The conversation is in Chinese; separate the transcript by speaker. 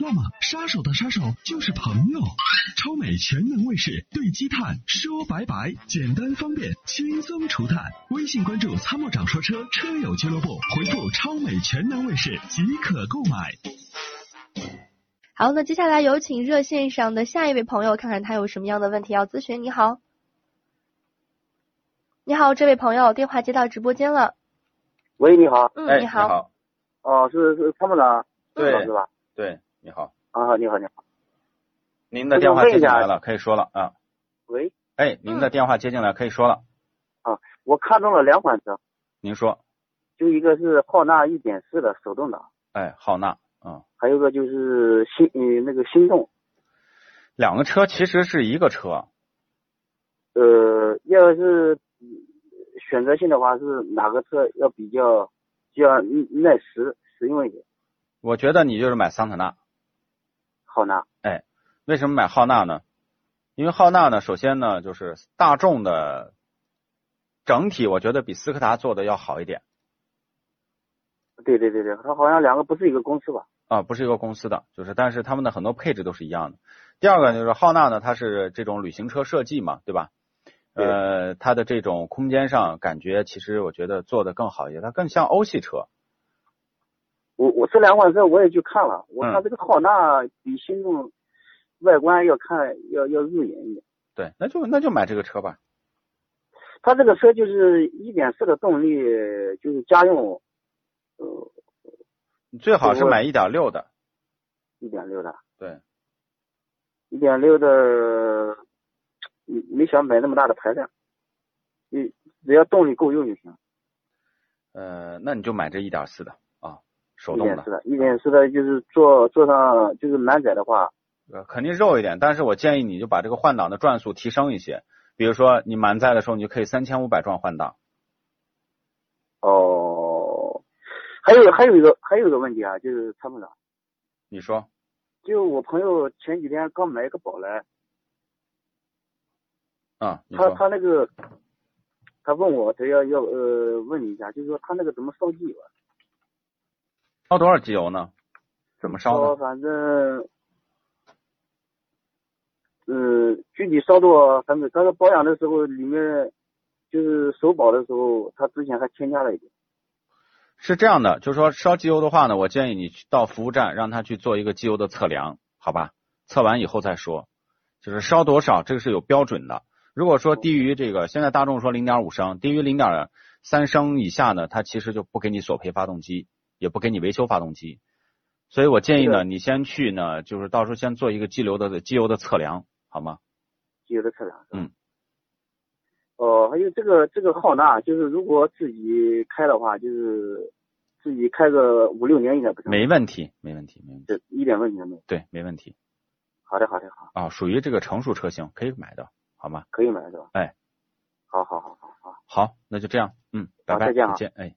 Speaker 1: 那么，杀手的杀手就是朋友。超美全能卫士对积碳说拜拜，简单方便，轻松除碳。微信关注“参谋长说车”车友俱乐部，回复“超美全能卫士”即可购买。
Speaker 2: 好，那接下来有请热线上的下一位朋友，看看他有什么样的问题要咨询。你好，你好，这位朋友，电话接到直播间了。
Speaker 3: 喂，你好，
Speaker 2: 嗯，
Speaker 4: 哎，
Speaker 2: 你
Speaker 4: 你
Speaker 2: 好，嗯
Speaker 4: 好，
Speaker 3: 哦，是是参谋长，
Speaker 4: 对
Speaker 3: 老师吧？
Speaker 4: 对，你好，
Speaker 3: 啊，你好，你好，
Speaker 4: 您的
Speaker 3: 我
Speaker 4: 电
Speaker 3: 想
Speaker 4: 话
Speaker 3: 问
Speaker 4: 接
Speaker 3: 一
Speaker 4: 进
Speaker 3: 下
Speaker 4: 来了，可以说了啊。
Speaker 3: 喂，
Speaker 4: 哎，您
Speaker 2: 嗯
Speaker 4: 的电话接进来，可以说了。
Speaker 3: 我看中了两款车，
Speaker 4: 您说，
Speaker 3: 就一个是浩纳一点四的手动挡，
Speaker 4: 哎，浩纳，嗯，
Speaker 3: 还有一个就是新嗯那个心动，
Speaker 4: 两个车其实是一个车，
Speaker 3: 呃，要是嗯选择性的话，是哪个车要比较比较耐实实用一点？
Speaker 4: 我觉得你就是买桑塔纳。
Speaker 3: 浩纳，
Speaker 4: 为什么买浩纳呢？因为浩纳呢，首先呢，就是大众的整体，我觉得比斯柯达做的要好一点
Speaker 3: 对对对对，它好像两个不是一个公司吧？
Speaker 4: 啊，不是一个公司的，就是但是他们的很多配置都是一样的。第二个就是浩纳呢，它是这种旅行车设计嘛，对吧？呃，它的这种空间上感觉，其实我觉得做的更好一些，它更像欧系车。
Speaker 3: 我我这两款车我也去看了，我
Speaker 4: 嗯
Speaker 3: 看这个浩纳比心动外观要看要要入眼一点。
Speaker 4: 对，那就那就买这个车吧。
Speaker 3: 它这个车就是一点四的动力，就是家用，呃，
Speaker 4: 你最好是
Speaker 3: 我
Speaker 4: 买一点六的。
Speaker 3: 一点六的，
Speaker 4: 对，
Speaker 3: 一点六的，你没想买那么大的排量，你只要动力够用就行。
Speaker 4: 呃，那你就买这一点四的啊，手
Speaker 3: 一
Speaker 4: 动
Speaker 3: 点四
Speaker 4: 的，嗯
Speaker 3: 的，一点四的就是坐坐上就是满载的话，
Speaker 4: 呃，肯定肉一点，但是我建议你就把这个换挡的转速提升一些，比如说你满载的时候，你就可以三千五百转换挡。
Speaker 3: 哦，还有还有一个还有一个问题啊，就是参谋长，
Speaker 4: 你说
Speaker 3: 就我朋友前几天刚买一个宝来，
Speaker 4: 啊？你
Speaker 3: 他
Speaker 4: 说
Speaker 3: 他那个，他问我他要要呃问你一下，就是说他那个怎么烧机油啊？
Speaker 4: 烧多少机油呢？怎么烧
Speaker 3: 烧
Speaker 4: 呢？
Speaker 3: 反正，嗯，具体烧多少还没有。他说保养的时候里面，就是首保的时候，他之前还添加了一点。
Speaker 4: 是这样的，就是说烧机油的话呢，我建议你去到服务站让他去做一个机油的测量，好吧？测完以后再说，就是烧多少，这个是有标准的。如果说低于这个，现在大众说零点五升，低于零点三升以下呢，它其实就不给你索赔发动机，也不给你维修发动机。所以我建议呢，
Speaker 3: 是
Speaker 4: 你先去呢，就是到时候先做一个机油的机油的测量，好吗？
Speaker 3: 机油的测量。
Speaker 4: 嗯。
Speaker 3: 哦，还有这个这个浩纳，就是如果自己开的话，就是自己开个五六年应该不成，
Speaker 4: 没问题，没问题，没问题，
Speaker 3: 这一点问题都没有。
Speaker 4: 对，没问题
Speaker 3: 好的，好的，好，
Speaker 4: 啊，属于这个成熟车型可以买的，好吗？
Speaker 3: 可以买是吧？
Speaker 4: 哎，
Speaker 3: 好好好好好，
Speaker 4: 好，那就这样，嗯，拜
Speaker 3: 好
Speaker 4: 拜，
Speaker 3: 再见啊
Speaker 4: 哎。